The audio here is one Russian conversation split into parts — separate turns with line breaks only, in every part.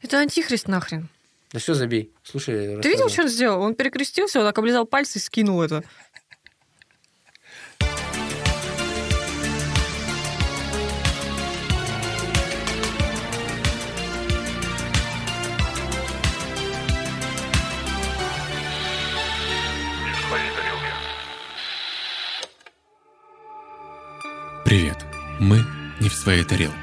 это антихрист нахрен.
Да все, забей. Слушай,
Ты видел, что он сделал? Он перекрестился, он так облизал пальцы и скинул это.
Привет! Мы не в своей тарелке.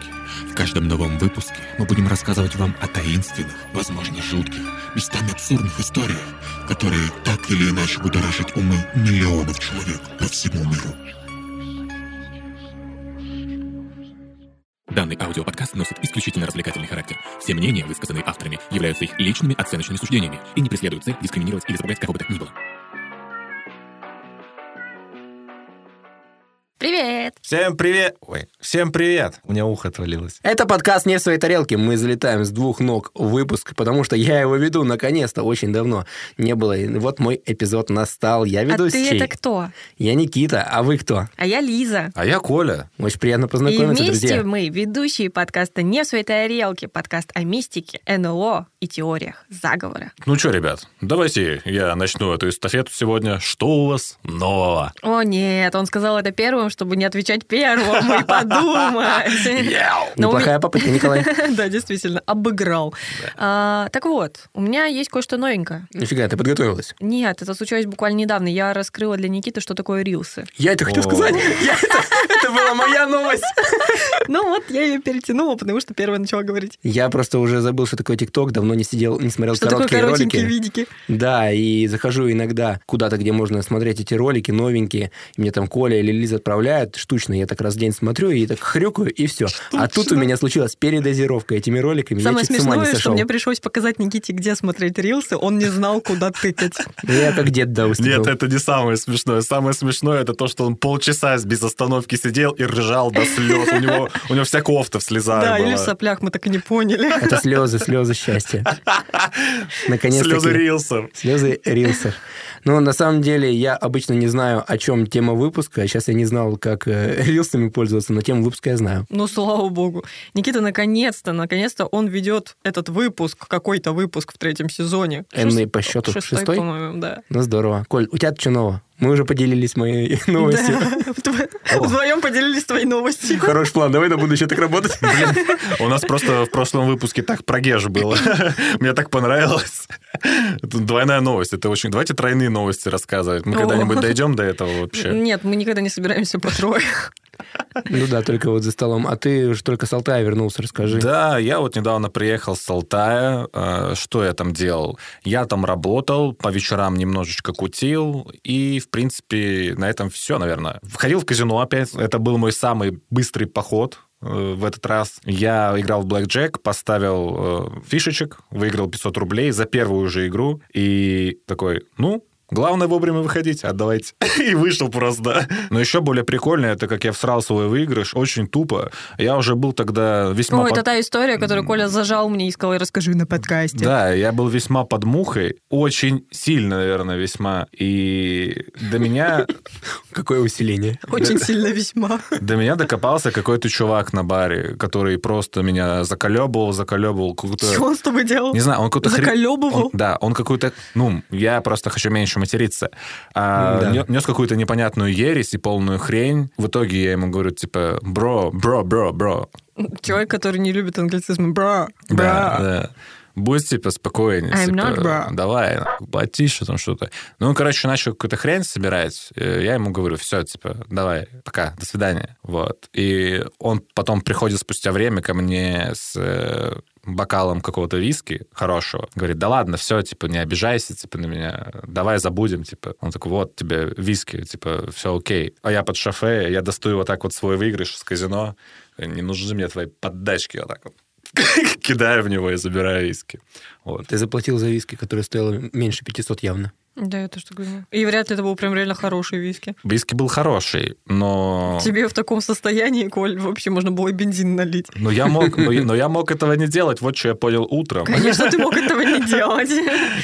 В каждом новом выпуске мы будем рассказывать вам о таинственных, возможно, жутких, местами абсурдных историях, которые так или иначе будоражат умы миллионов человек по всему миру. Данный аудиоподкаст носит исключительно развлекательный характер. Все мнения, высказанные авторами, являются их личными оценочными суждениями и не преследуют цель дискриминировать или запугать кого бы то ни было.
Привет!
Всем привет! Ой, всем привет! У меня ухо отвалилось.
Это подкаст «Не в своей тарелке». Мы залетаем с двух ног в выпуск, потому что я его веду, наконец-то, очень давно не было. И вот мой эпизод настал. Я
А
ведущий.
ты это кто?
Я Никита, а вы кто?
А я Лиза.
А я Коля.
Очень приятно
И
познакомиться,
вместе
друзья.
мы ведущие подкаста «Не в своей тарелке», подкаст о мистике, НЛО и теориях заговора.
Ну что, ребят, давайте я начну эту эстафету сегодня. Что у вас нового?
О нет, он сказал это первым, чтобы не отвечать первому и подумать. Но у
Неплохая попытка, Николай.
меня- Да, действительно, обыграл. А, Так вот, у меня есть кое-что новенькое.
Нифига, ты подготовилась.
Нет, это случилось буквально недавно. Я раскрыла для Никиты, что такое рилсы.
Я это хотел
О.
сказать. Я это- Это была моя новость.
Ну вот, я ее перетянула, потому что первая начала говорить.
Я просто уже забыл, что такое ТикТок, давно не сидел, не смотрел
Что такое
короткие
коротенькие
ролики.
видики?
Да, и захожу иногда куда-то, где можно смотреть эти ролики новенькие. И мне там Коля или Лиза отправляют штучно. Я так раз в день смотрю и так хрюкаю, и все. А тут у меня случилась передозировка этими роликами.
Самое
я чуть с ума не
смешное, что
сошел.
мне пришлось показать Никите, где смотреть рилсы, он не знал, куда тыкать.
Я как дед да
Нет,
выступил.
это не самое смешное. Самое смешное это то, что он полчаса без остановки сидел и ржал до слез. У него, у него вся кофта в слезах
Да, или
была.
в соплях, мы так и не поняли.
Это слезы, слезы счастья. Наконец-таки.
Слезы рилсов.
Слезы рилсов. Но на самом деле я обычно не знаю, о чем тема выпуска. Сейчас я не знал, как э, рилсами пользоваться, но тему выпуска я знаю.
Ну, слава богу. Никита, наконец-то, наконец-то он ведет этот выпуск, какой-то выпуск в третьем сезоне.
Энный
Шест-
по счету
Шестой,
шестой?
по-моему, да.
Ну, здорово. Коль, у тебя что нового? Мы уже поделились моей новостью.
Вдвоем поделились твоей новостью.
Хороший план, давай на будущее так работать.
У нас просто в прошлом выпуске так про Геж было. Мне так понравилось. Это двойная новость. Это очень... Давайте тройные новости рассказывать. Мы
О.
когда-нибудь дойдем до этого вообще?
Нет, мы никогда не собираемся по трое.
Ну да, только вот за столом. А ты же только с Алтая вернулся, расскажи.
Да, я вот недавно приехал с Алтая. Э, Что я там делал? Я там работал, по вечерам немножечко кутил, и, в принципе, на этом все, наверное. Входил в казино опять. Это был мой самый быстрый поход э, в этот раз. Я играл в блэкджек, поставил э, фишечек, выиграл 500 рублей за первую же игру, и такой, ну, Главное вовремя выходить, отдавайте. И вышел просто. Но еще более прикольно, это как я всрал свой выигрыш, очень тупо. Я уже был тогда
Ну,
весьма...
а
О,
под-
это та история, которую Коля зажал мне и сказал, расскажи на подкасте.
Да, я был весьма под мухой, очень сильно, наверное, весьма. И до меня,
Какое усиление.
Очень сильно весьма.
до меня докопался какой-то чувак на баре, который просто меня заколебывал, заколебывал.
Что
Какую-то...
он с тобой делал?
Не знаю, он какую-то хрень-
Заколебывал?
он- да, он какую-то... Ну, я просто хочу меньше материться. А,
Да.
нё- Нес какую-то непонятную ересь и полную хрень. В итоге я ему говорю, типа, бро, бро, бро, бро.
Человек, который не любит англицизм. Бра,
Да,
бра.
да. Будь, типа, спокойнее.
I'm
типа,
not bra.
Давай, нахуй, потише там что-то. Ну, он, короче, начал какую-то хрень собирать. Э, Я ему говорю, все, типа, давай, пока, до свидания. Вот. И он потом приходит спустя время ко мне с э, бокалом какого-то виски хорошего. Говорит, да ладно, все, типа, не обижайся, типа, на меня. Давай забудем, типа. Он такой, вот тебе виски, типа, все окей. А я под шофе, я достаю вот так вот свой выигрыш с казино. Не нужны мне твои поддачки, вот так вот. Кидаю в него и забираю виски. Вот.
Ты заплатил за виски, которые стоило меньше 500 явно.
Да, я тоже так думаю. И вряд ли это был прям реально хороший виски.
Виски был хороший, но...
Тебе в таком состоянии, Коль, вообще можно было и бензин налить.
Но я, мог, но, я- но я мог этого не делать, вот что я понял утром.
Конечно, ты мог этого не делать.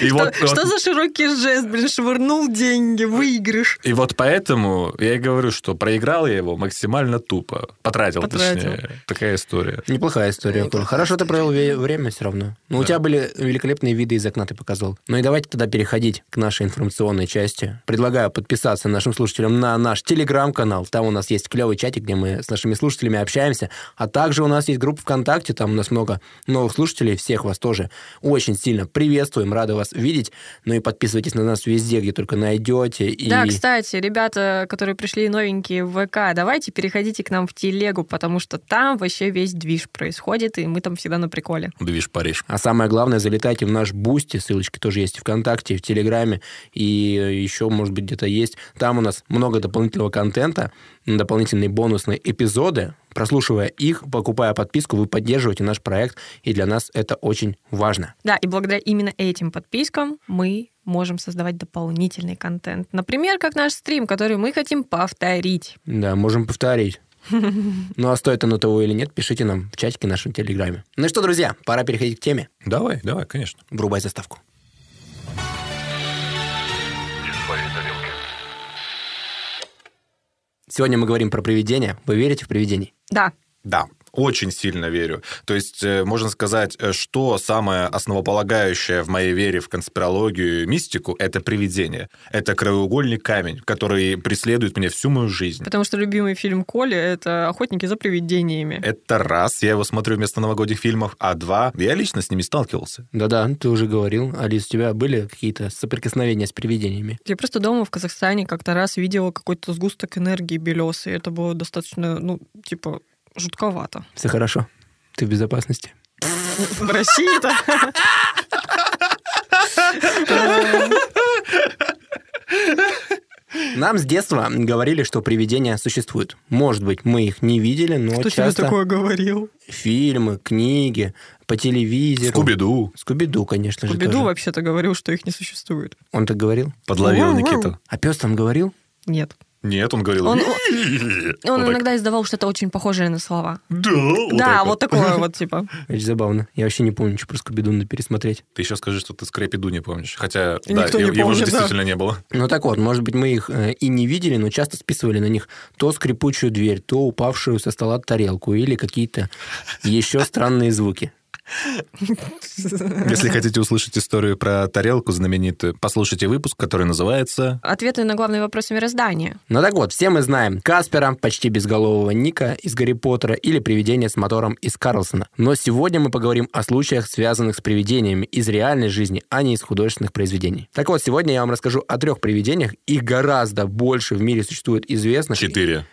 И
Что
вот-
что за широкий жест, блин, швырнул деньги, выигрыш.
И вот поэтому я и говорю, что проиграл я его максимально тупо. Потратил,
Потратил.
точнее. Такая история.
Неплохая история. Коль. Хорошо ты провел ве- время все равно. Ну, у тебя были великолепные виды из окна, ты показал. Ну и давайте тогда переходить к нашей информационной части. Предлагаю подписаться нашим слушателям на наш телеграм-канал. Там у нас есть клевый чатик, где мы с нашими слушателями общаемся. А также у нас есть группа ВКонтакте, там у нас много новых слушателей. Всех вас тоже очень сильно приветствуем, рады вас видеть. Ну и подписывайтесь на нас везде, где только найдете. И...
Да, кстати, ребята, которые пришли новенькие в ВК, давайте переходите к нам в телегу, потому что там вообще весь движ происходит, и мы там всегда на приколе.
Движ Париж.
А самое главное, залетайте в наш Бусти, ссылочки тоже есть и ВКонтакте, и в Телеграме, и еще, может быть, где-то есть. Там у нас много дополнительного контента, дополнительные бонусные эпизоды. Прослушивая их, покупая подписку, вы поддерживаете наш проект, и для нас это очень важно.
Да, и благодаря именно этим подпискам мы можем создавать дополнительный контент. Например, как наш стрим, который мы хотим повторить.
Да, можем повторить. Ну а стоит оно того или нет, пишите нам в чатике нашем Телеграме. Ну что, друзья, пора переходить к теме.
Давай, давай, конечно.
Врубай заставку. Сегодня мы говорим про привидения. Вы верите в привидений?
Да,
Да, очень сильно верю. То есть, э, можно сказать, э, что самое основополагающее в моей вере в конспирологию и мистику – это привидение. Это краеугольный камень, который преследует меня всю мою жизнь.
потому что любимый фильм Коли — это «Охотники за привидениями».
Это раз, я его смотрю вместо новогодних фильмов, а два, я лично с ними сталкивался.
Да-да, ты уже говорил. Алис, у тебя были какие-то соприкосновения с привидениями?
Я просто дома в Казахстане как-то раз видела какой-то сгусток энергии белесый. Это было достаточно, ну, типа, жутковато.
Все хорошо. Ты в безопасности.
В России-то.
Нам с детства говорили, что привидения существуют. Может быть, мы их не видели, но
Кто тебе
часто
такое говорил?
фильмы, книги, по телевизору.
Скуби-Ду
Скуби-Ду, конечно же.
Беду
тоже.
вообще-то говорил, что их не существует.
Он так говорил?
подловил
Вау-вау.
Никиту.
А пес там говорил?
Нет.
Нет, он говорил...
Он,
«Ии-и-и».
он
Вот так.
иногда издавал что-то очень похожее на слова.
Да, вот
да,
так
вот такое вот, типа.
Очень забавно. Я вообще не помню, что про Скуби-Ду надо пересмотреть.
Ты еще скажи, что ты скрепиду не помнишь. Хотя, да,
Никто не
е- его
помнит,
же
да.
действительно не было.
Ну так вот, может быть, мы их э, и не видели, но часто списывали на них то скрипучую дверь, то упавшую со стола тарелку или какие-то еще странные звуки.
Если хотите услышать историю про тарелку знаменитую, послушайте выпуск, который называется...
Ответы на главные вопросы мироздания.
Ну так вот, все мы знаем Каспера, почти безголового Ника из Гарри Поттера или привидение с мотором из Карлсона. Но сегодня мы поговорим о случаях, связанных с привидениями из реальной жизни, а не из художественных произведений. Так вот, сегодня я вам расскажу о трех привидениях. Их гораздо больше в мире существует известных.
Четыре.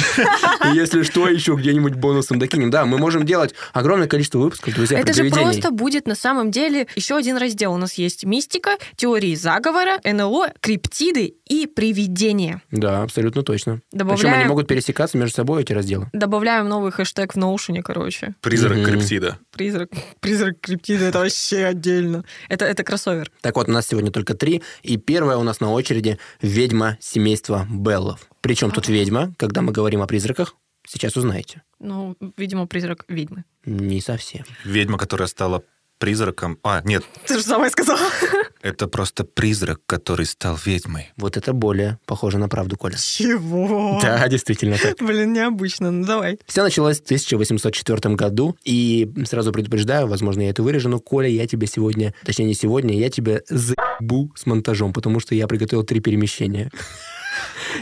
И Если что, еще где-нибудь бонусом докинем. Да, мы можем делать огромное количество выпусков, друзья,
Это
про
же
привидений.
просто будет на самом деле еще один раздел. У нас есть мистика, теории заговора, НЛО, криптиды и привидения.
Да, абсолютно точно. Причем они
Добавляем,
могут пересекаться между собой, эти разделы.
добавляем новый хэштег в ноушене, короче.
Призрак
Мгм.
криптида.
Призрак, призрак криптида, это вообще отдельно. Это, это кроссовер.
Так вот, у нас сегодня только три. И первая у нас на очереди «Ведьма семейства Беллов». Причем тут ведьма, когда мы говорим о призраках, сейчас узнаете.
Ну, видимо, призрак ведьмы.
Не совсем.
Ведьма, которая стала призраком... А, нет,
Ты же сама и сказала.
это просто призрак, который стал ведьмой.
Вот это более похоже на правду, Коля.
Чего?
Да, действительно так.
Блин, необычно. Ну, давай.
Все началось в 1804 году, и сразу предупреждаю, возможно, я это вырежу, но, Коля, я тебе сегодня, точнее, не сегодня, я тебя заебу с монтажом, потому что я приготовил три перемещения.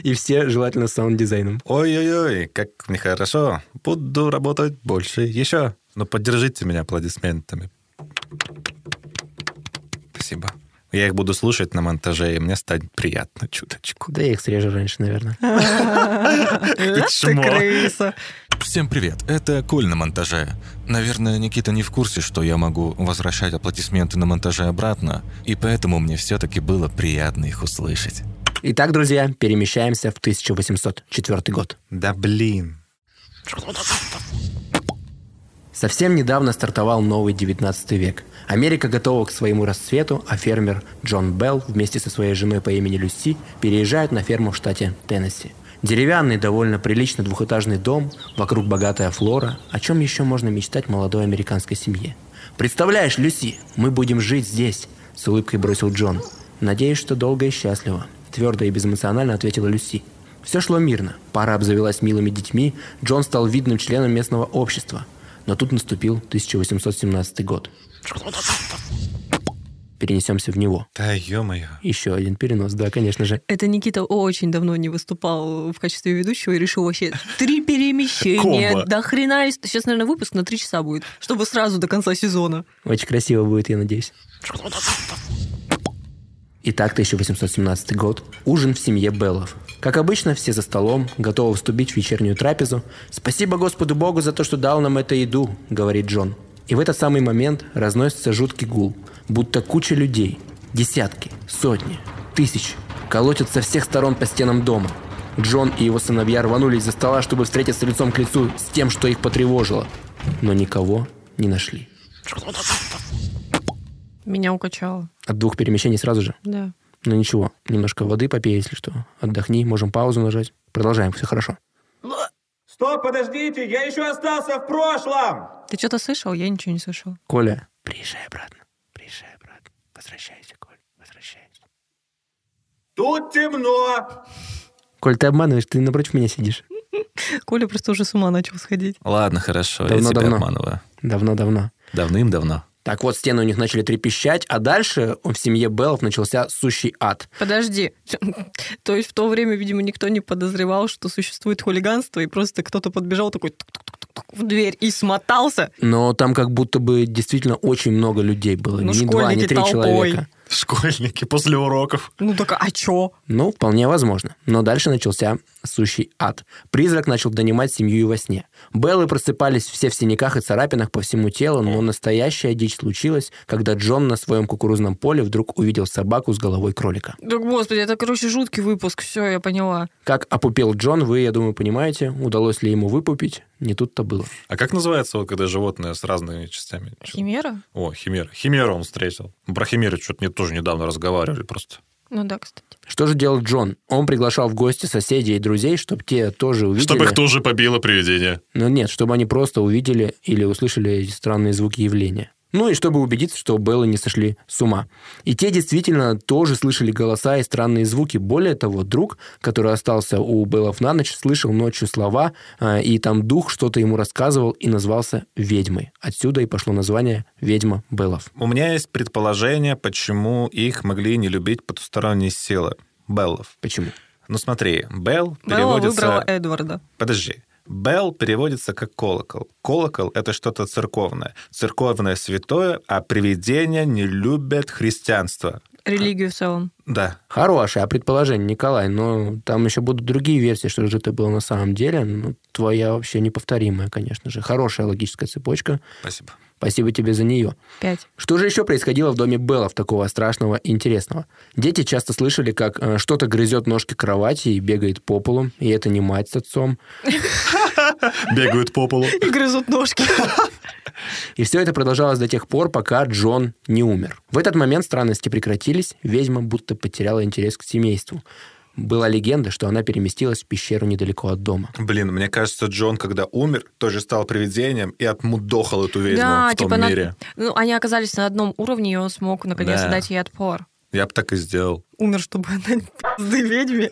И все желательно с саунд-дизайном.
Ой-ой-ой, как мне хорошо. Буду работать больше еще. Но поддержите меня аплодисментами. Спасибо. Я их буду слушать на монтаже, и мне станет приятно чуточку.
Куда я их срежу раньше, наверное?
Эх, Ты
чмо.
крыса.
Всем привет, это Коль на монтаже. Наверное, Никита не в курсе, что я могу возвращать аплодисменты на монтаже обратно, и поэтому мне все-таки было приятно их услышать.
Итак, друзья, перемещаемся в 1804 год.
Да блин.
Совсем недавно стартовал новый 19 век. Америка готова к своему расцвету, а фермер Джон Белл вместе со своей женой по имени Люси переезжает на ферму в штате Теннесси. Деревянный, довольно прилично двухэтажный дом, вокруг богатая флора, о чем еще можно мечтать молодой американской семье. «Представляешь, Люси, мы будем жить здесь», – с улыбкой бросил Джон. «Надеюсь, что долго и счастливо», – твердо и безэмоционально ответила Люси. Все шло мирно. Пара обзавелась милыми детьми, Джон стал видным членом местного общества. Но тут наступил 1817 год. Перенесемся в него.
Да ё-моё.
Еще один перенос, да, конечно же.
Это Никита очень давно не выступал в качестве ведущего и решил вообще три перемещения.
Комбо.
До хрена. из- Сейчас, наверное, выпуск на три часа будет, чтобы сразу до конца сезона.
Очень красиво будет, я надеюсь. Итак, 1817 год. Ужин в семье Беллов. Как обычно, все за столом, готовы вступить в вечернюю трапезу. «Спасибо Господу Богу за то, что дал нам эту еду», — говорит Джон. И в этот самый момент разносится жуткий гул, будто куча людей, десятки, сотни, тысячи, колотят со всех сторон по стенам дома. Джон и его сыновья рванулись за стола, чтобы встретиться лицом к лицу с тем, что их потревожило. Но никого не нашли.
Меня укачало.
От двух перемещений сразу же.
Да.
Ну ничего, немножко воды попей, если что. Отдохни, можем паузу нажать. Продолжаем, все хорошо.
Стоп, подождите, я еще остался в прошлом!
Ты что-то слышал? Я ничего не слышал.
Коля, приезжай обратно. Приезжай обратно. Возвращайся, Коль, возвращайся.
Тут темно!
Коль, ты обманываешь, ты напротив меня сидишь.
Коля просто уже с ума начал сходить.
Ладно, хорошо, я тебя
Давно-давно.
обманываю.
Давно-давно.
Давным-давно.
Так вот, стены у них начали трепещать, а дальше в семье Беллов начался сущий ад.
Подожди. То есть в то время, видимо, никто не подозревал, что существует хулиганство, и просто кто-то подбежал такой тук-тук-тук-тук в дверь и смотался.
Но там как будто бы действительно очень много людей было.
Ну,
не два, не
школьники
три
толпой.
человека.
Школьники после уроков.
Ну так, а чё?
Ну, вполне возможно. Но дальше начался сущий ад. Призрак начал донимать семью и во сне. Беллы просыпались все в синяках и царапинах по всему телу, но настоящая дичь случилась, когда Джон на своем кукурузном поле вдруг увидел собаку с головой кролика.
Да, господи, это, короче, жуткий выпуск. Все, я поняла.
Как опупел Джон, вы, я думаю, понимаете, удалось ли ему выпупить, не тут-то было.
А как называется, вот, когда животное с разными частями? Чё-
Химера?
О, химера. Химеру он встретил. Про химеру что-то мне тоже недавно разговаривали просто.
Ну да, кстати.
Что же делал Джон? Он приглашал в гости соседей и друзей, чтобы те тоже увидели...
тоже побило привидение.
Но нет, чтобы они просто увидели или услышали эти странные звуки явления. Ну и чтобы убедиться, что Беллы не сошли с ума. И те действительно тоже слышали голоса и странные звуки. Более того, друг, который остался у Беллов на ночь, слышал ночью слова, э, и там дух что-то ему рассказывал и назвался ведьмой. Отсюда и пошло название «Ведьма Беллов».
У меня есть предположение, почему их могли не любить потусторонние силы. Беллов.
Почему?
Ну смотри, Белл
Белла
переводится...
выбрала Эдварда.
Подожди. Белл переводится как колокол. Колокол — это что-то церковное. Церковное святое, а привидения не любят христианство.
Религию в целом.
Да.
Хорошее предположение, Николай, но там еще будут другие версии, что же это было на самом деле. Ну, твоя вообще неповторимая, конечно же. Хорошая логическая цепочка.
Спасибо.
Спасибо тебе за нее.
Пять.
Что же еще происходило в доме Беллов такого страшного и интересного? Дети часто слышали, как э, что-то грызет ножки кровати и бегает по полу, и это не мать с отцом.
Бегают по полу.
И грызут ножки.
И все это продолжалось до тех пор, пока Джон не умер. В этот момент странности прекратились, ведьма будто потеряла интерес к семейству. Была легенда, что она переместилась в пещеру недалеко от дома.
Блин, мне кажется, Джон, когда умер, тоже стал привидением и отмудохал эту ведьму
Да,
в том
типа на-
мире.
Ну, они оказались на одном уровне, и он смог наконец
Да.
дать ей отпор.
Я бы так и сделал.
Умер, чтобы она пизды ведьме.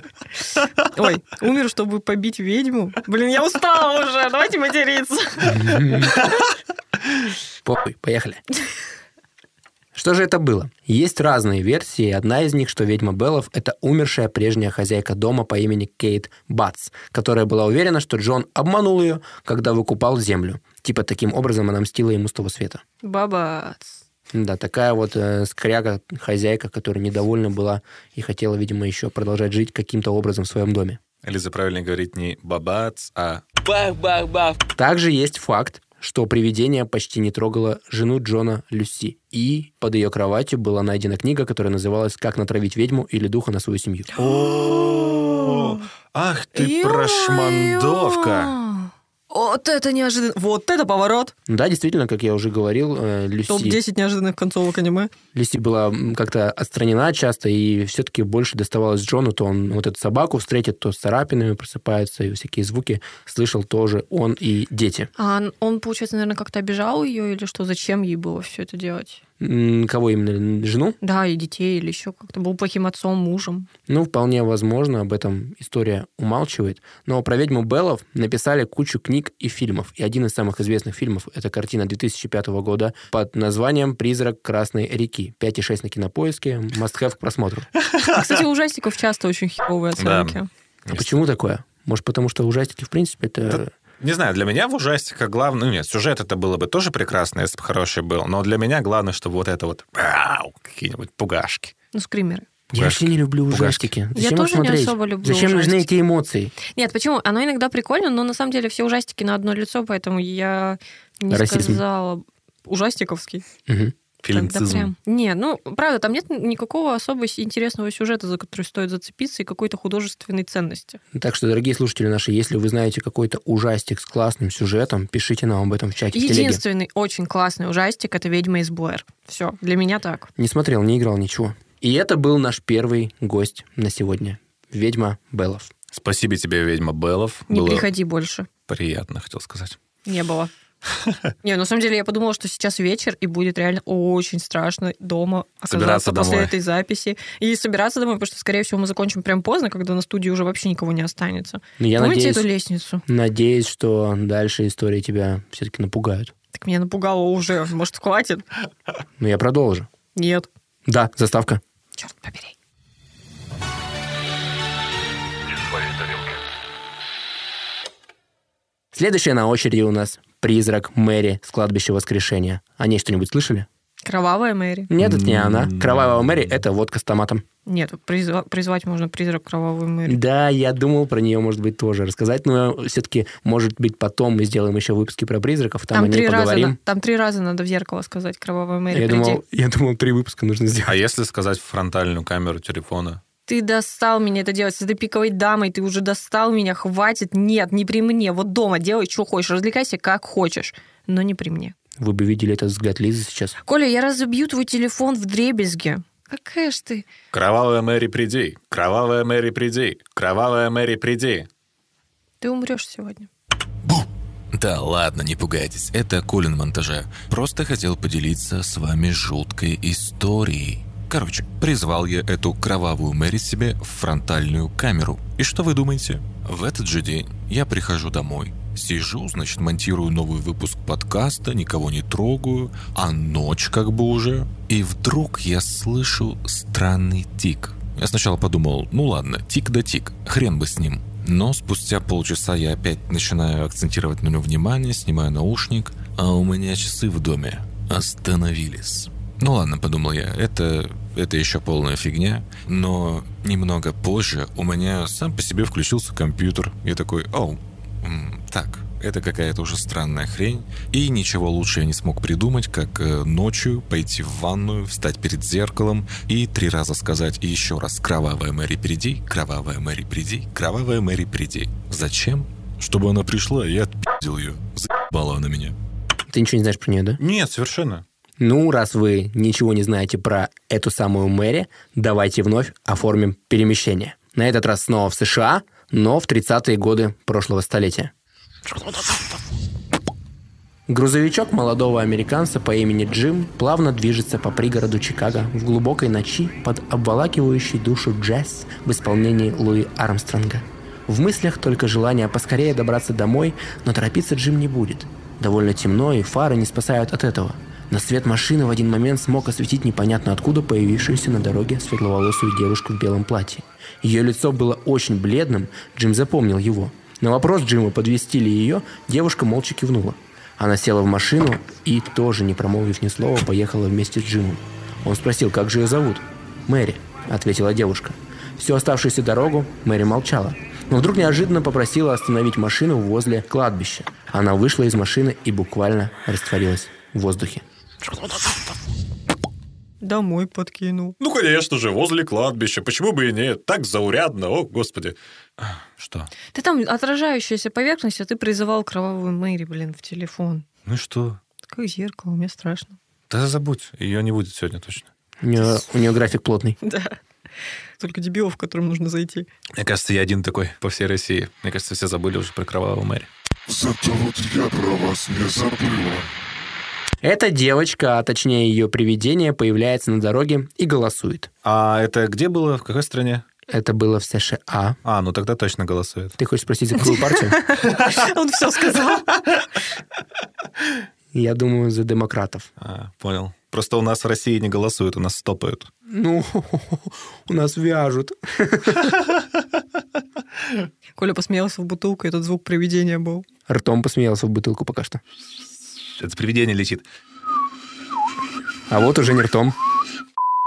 Ой, умер, чтобы побить ведьму. Блин, я устала уже, давайте материться.
Похуй, поехали. Что же это было? Есть разные версии, и одна из них, что ведьма Беллов – это умершая прежняя хозяйка дома по имени Кейт Батс, которая была уверена, что Джон обманул ее, когда выкупал землю. Типа таким образом она мстила ему с того света.
Баба.
Да, такая вот э, скряга, хозяйка, которая недовольна была и хотела, видимо, еще продолжать жить каким-то образом в своем доме.
Лиза правильно говорит не бабац, а
Также есть факт, что привидение почти не трогало жену Джона Люси. И под ее кроватью была найдена книга, которая называлась «Как натравить ведьму или духа на свою семью».
Ах ты прошмандовка!
Вот это неожиданно. Вот это поворот.
Ну Да, действительно, как я уже говорил, э, Люси,
Топ-10 неожиданных концовок аниме.
Люси была м, как-то отстранена часто, и все-таки больше доставалось Джону, то он вот эту собаку встретит, то с царапинами просыпается, и всякие звуки слышал тоже он и дети.
А он- он, получается, наверное, как-то обижал ее или что? Зачем ей было все это делать?
М, Кого именно? Жену?
Да, и детей, или еще как-то. Был плохим отцом, мужем.
Ну, вполне возможно, об этом история умалчивает. Но про ведьму Беллов написали кучу книг и фильмов. И один из самых известных фильмов — это картина 2005 года под названием «Призрак Красной реки». 5,6 на кинопоиске, must have к просмотру.
И, Кстати, у ужастиков часто очень херовые
Да.
оценки.
А почему такое? Может, потому что ужастики, в принципе, это...
Не знаю, для меня в ужастиках главное... Ну, нет, сюжет это было бы тоже прекрасно, если бы хороший был. Но для меня главное, чтобы вот это вот... «Мяу», Какие-нибудь пугашки.
Ну, скримеры.
Я вообще не люблю
Пугашки.
ужастики.
Я
Зачем их
тоже не
смотреть?
особо люблю
Зачем нужны
ужастики.
эти эмоции?
Нет, почему? Оно иногда прикольно, но на самом деле все ужастики на одно лицо, поэтому я не
Расизм.
сказала... Ужастиковский.
Мгм.
Тогда прям. Не, ну, правда, там нет никакого особо с- интересного сюжета, за который стоит зацепиться, и какой-то художественной ценности.
Так что, дорогие слушатели наши, если вы знаете какой-то ужастик с классным сюжетом, пишите нам об этом в чате в телеге.
Единственный очень классный ужастик — это «Ведьма из Блэр». Все, для меня так.
Не смотрел, не играл, ничего. И это был наш первый гость на сегодня. Ведьма Беллов.
Спасибо тебе, ведьма Беллов.
Не
Было
приходи больше.
приятно, хотел сказать.
Не было. Не, на самом деле я подумала, что сейчас вечер, и будет реально очень страшно дома
Собираться
оказаться после
домой.
этой записи. И собираться домой, потому что, скорее всего, мы закончим прям поздно, когда на студии уже вообще никого не останется.
Но Ну, я
Помните
надеюсь,
эту лестницу?
надеюсь, что дальше истории тебя все-таки напугают.
Так меня напугало уже. Может, хватит?
Но я продолжу.
Нет.
Да, заставка.
Черт побери.
Следующая на очереди у нас «Призрак Мэри с кладбища воскрешения». О ней что-нибудь слышали?
Кровавая Мэри.
Нет, это не она. Кровавая Мэри — это водка с томатом.
Нет, призва- призвать можно призрак кровавой Мэри.
Да, я думал про нее, может быть, тоже рассказать, но все-таки, может быть, потом мы сделаем еще выпуски про призраков, там, о ней
три раза,
поговорим.
на- там три раза надо в зеркало сказать кровавая Мэри.
Я
приди».
думал, я думал, три выпуска нужно сделать.
А если сказать в фронтальную камеру телефона?
Ты достал меня это делать с этой пиковой дамой, ты уже достал меня, хватит. Нет, не при мне. Вот дома делай, что хочешь, развлекайся как хочешь, но не при мне.
Вы бы видели этот взгляд Лизы сейчас.
Коля, я разобью твой телефон в дребезге. Какая ж ты.
Кровавая Мэри, приди! Кровавая Мэри, приди! Кровавая Мэри, приди!
Ты умрешь сегодня.
Да ладно, не пугайтесь, это Колин Монтажа. Просто хотел поделиться с вами жуткой историей. Короче, призвал я эту кровавую Мэри себе в фронтальную камеру. И что вы думаете? В этот же день я прихожу домой. Сижу, значит, монтирую новый выпуск подкаста, никого не трогаю, а ночь как бы уже. И вдруг я слышу странный тик. Я сначала подумал, ну ладно, тик да тик, хрен бы с ним. Но спустя полчаса я опять начинаю акцентировать на нем внимание, снимаю наушник, а у меня часы в доме остановились. Ну ладно, подумал я, это, это еще полная фигня. Но немного позже у меня сам по себе включился компьютер. Я такой, оу, м, так, это какая-то уже странная хрень. И ничего лучше я не смог придумать, как э, ночью пойти в ванную, встать перед зеркалом и три раза сказать и еще раз «Кровавая Мэри, приди! Кровавая Мэри, приди! Кровавая Мэри, приди!» Зачем? Чтобы она пришла, и я отпиздил ее. Заебала она меня.
Ты ничего не знаешь про нее, да?
Нет, совершенно.
Ну, раз вы ничего не знаете про эту самую Мэри, давайте вновь оформим перемещение. На этот раз снова в США, но в 30-е годы прошлого столетия. Грузовичок молодого американца по имени Джим плавно движется по пригороду Чикаго в глубокой ночи под обволакивающий душу джаз в исполнении Луи Армстронга. В мыслях только желание поскорее добраться домой, но торопиться Джим не будет. Довольно темно, и фары не спасают от этого. Но свет машины в один момент смог осветить непонятно откуда появившуюся на дороге светловолосую девушку в белом платье. Ее лицо было очень бледным, Джим запомнил его. На вопрос Джима, подвести ли ее, девушка молча кивнула. Она села в машину и, тоже не промолвив ни слова, поехала вместе с Джимом. Он спросил, как же ее зовут? «Мэри», — ответила девушка. Всю оставшуюся дорогу Мэри молчала, но вдруг неожиданно попросила остановить машину возле кладбища. Она вышла из машины и буквально растворилась в воздухе.
Домой подкинул.
Ну, конечно же, возле кладбища. Почему бы и нет? Так заурядно, о, господи. А, Что?
Ты там отражающаяся поверхность, а ты призывал кровавую Мэри, блин, в телефон.
Ну и что?
Как зеркало, мне страшно.
Да забудь, ее не будет сегодня точно.
У нее, у нее график плотный.
Да. Только дебилов, к которым нужно зайти.
Мне кажется, я один такой по всей России. Мне кажется, все забыли уже про кровавую Мэри.
Зато вот я про вас не забыла.
Эта девочка, а точнее ее привидение, появляется на дороге и голосует.
А это где было? В какой стране?
Это было в США.
А, ну тогда точно голосует.
Ты хочешь спросить, за какую партию?
Он все сказал.
Я думаю, за демократов.
А, понял. Просто у нас в России не голосуют, у нас стопают.
Ну, у нас вяжут.
Коля посмеялся в бутылку, этот звук привидения был.
Ртом посмеялся в бутылку пока что.
Это привидение летит.
А вот уже не ртом.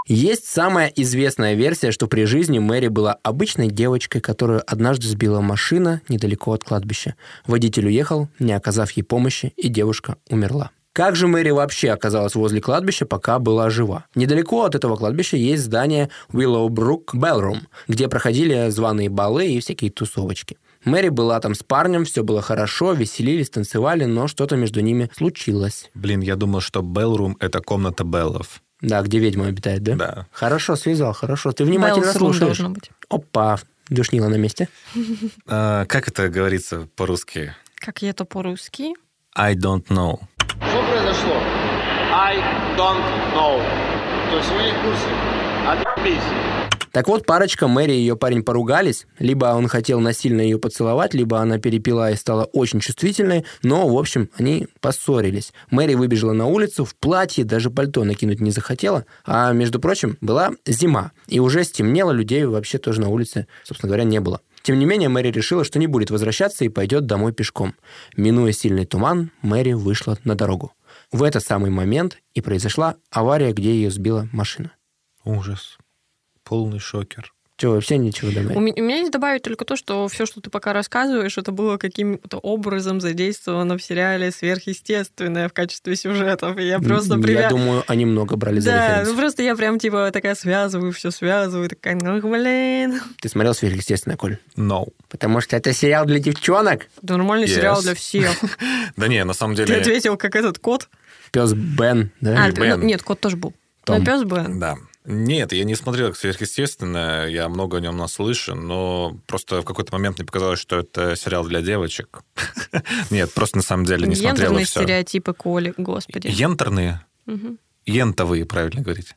Есть самая известная версия, что при жизни Мэри была обычной девочкой, которую однажды сбила машина недалеко от кладбища. Водитель уехал, не оказав ей помощи, и девушка умерла. Как же Мэри вообще оказалась возле кладбища, пока была жива? Недалеко от этого кладбища есть здание Willowbrook Ballroom, где проходили званые балы и всякие тусовочки. Мэри была там с парнем, все было хорошо, веселились, танцевали, но что-то между ними случилось.
Блин, я думал, что Беллрум — это комната Беллов.
Да, где ведьма обитает, да?
Да.
Хорошо, связал, хорошо. Ты внимательно
Беллс Рун
слушаешь.
должно быть.
Опа, душнила на месте.
А, как это говорится по-русски?
Как я это по-русски?
I don't know.
Что произошло? I don't know. То есть вы не в курсе. Отбись.
Так вот, парочка Мэри и ее парень поругались. Либо он хотел насильно ее поцеловать, либо она перепила и стала очень чувствительной. Но, в общем, они поссорились. Мэри выбежала на улицу в платье, даже пальто накинуть не захотела. А, между прочим, была зима. И уже стемнело, людей вообще тоже на улице, собственно говоря, не было. Тем не менее, Мэри решила, что не будет возвращаться и пойдет домой пешком. Минуя сильный туман, Мэри вышла на дорогу. В этот самый момент и произошла авария, где ее сбила машина.
Ужас. Полный шокер.
Че, вообще ничего добавить?
У, ме- у меня есть добавить только то, что все, что ты пока рассказываешь, это было каким-то образом задействовано в сериале «Сверхъестественное» в качестве сюжетов. И я просто
М,
привя-
Я думаю, они много брали за
Да, ну
референс.
просто я прям типа такая связываю, все связываю, такая, ну блин.
Ты смотрел сверхъестественное, Коль?
No.
Потому что это сериал для девчонок.
Да нормальный
Yes.
сериал для всех.
Да не, на самом
Ты
деле...
ответил, как этот кот.
Пес Бен, да?
А, ты-
Бен.
ну, нет, кот тоже был.
Том.
Но пес Бен.
Да. Нет, я не смотрел как сверхъестественное, я много о нем наслышан, но просто в какой-то момент мне показалось, что это сериал для девочек. Нет, просто на самом деле не смотрел и
Гендерные
все.
стереотипы Коли, господи.
Ентерные?
Мгм.
Ентовые, правильно говорить.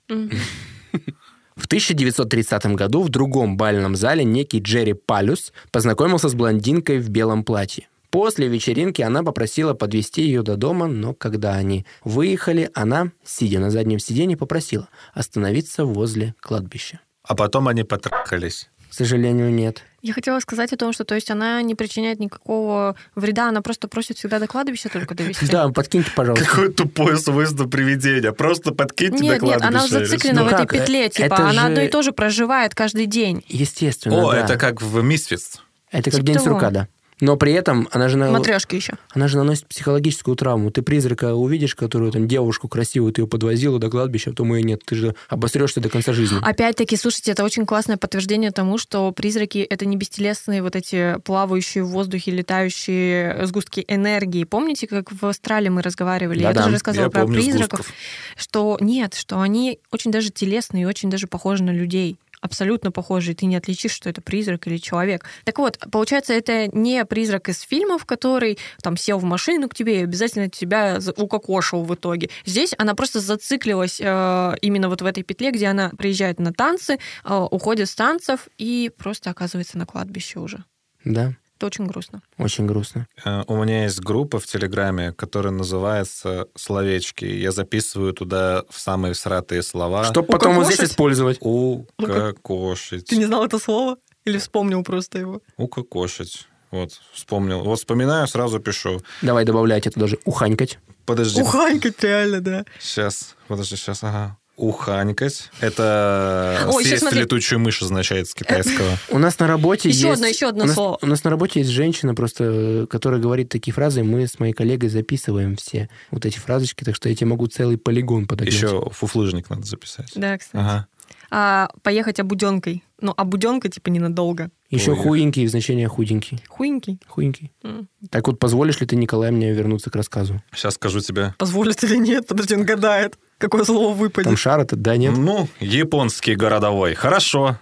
В 1930 году в другом бальном зале некий Джерри Палюс познакомился с блондинкой в белом платье. После вечеринки она попросила подвести ее до дома, но когда они выехали, она, сидя на заднем сиденье, попросила остановиться возле кладбища.
А потом они потрахались.
К сожалению, нет.
Я хотела сказать о том, что то есть она не причиняет никакого вреда, она просто просит всегда до кладбища только довести.
Да, подкиньте, пожалуйста.
Какое тупое свойство привидения. Просто подкиньте
Нет, нет, она зациклена
Ну
в этой
как, э,
петле, типа,
это
она
же-
одно и то же проживает каждый день.
Естественно,
О,
да.
это как в Мисфиц.
Это как
Типа
день
того.
сурка, да. Но при этом она
Э,
же... на-
Матрешки еще.
Она же наносит психологическую травму. Ты призрака увидишь, которую там девушку красивую, ты ее подвозила до кладбища, а потом ее нет. Ты же обосрешься до конца жизни.
Опять-таки, слушайте, это очень классное подтверждение тому, что призраки — это не бестелесные вот эти плавающие в воздухе, летающие сгустки энергии. Помните, как в Австралии мы разговаривали? я
Да-да,
тоже рассказывала
я
про
помню
призраков,
сгустков.
что нет, что они очень даже телесные и очень даже похожи на людей. Абсолютно похожие. Ты не отличишь, что это призрак или человек. Так вот, получается, это не призрак из фильмов, который там сел в машину к тебе и обязательно тебя за- укокошил в итоге. Здесь она просто зациклилась э, именно вот в этой петле, где она приезжает на танцы, э, уходит с танцев и просто оказывается на кладбище уже.
Да,
Это очень грустно.
очень грустно.
Э, У меня есть группа в Телеграме, которая называется «Словечки». Я записываю туда в самые сратые слова.
Чтоб потом вот здесь
Укокошить?
использовать.
Укокошить.
Ты не знал это слово? Или вспомнил просто его?
Укокошить. Вот, вспомнил. Вот вспоминаю, сразу пишу.
Давай добавляйте туда же уханькать.
Подожди.
Уханькать реально, да.
Сейчас. Подожди, сейчас. Ага. Уханькась. Это
Ой, ещё
съесть
смотри.
летучую мышь означает с китайского.
У нас на работе
Еще
есть...
одно, еще одно
у нас,
слово.
У нас на работе есть женщина просто, э, которая говорит такие фразы. Мы с моей коллегой записываем все вот эти фразочки, так что я тебе могу целый полигон подогнать.
Еще фуфлыжник надо записать.
Да, кстати.
Ага.
А, поехать обуденкой. Ну, обуденка типа ненадолго.
Еще
Ой.
хуенький, значение худенький.
Хуенький.
Хуенький.
М.
Так вот, позволишь ли ты, Николай, мне вернуться к рассказу?
Сейчас скажу тебе.
Позволит или нет? Подожди, он гадает. Какое слово
Там
выпадет?
шар этот, да, нет?
Ну, японский городовой. Хорошо.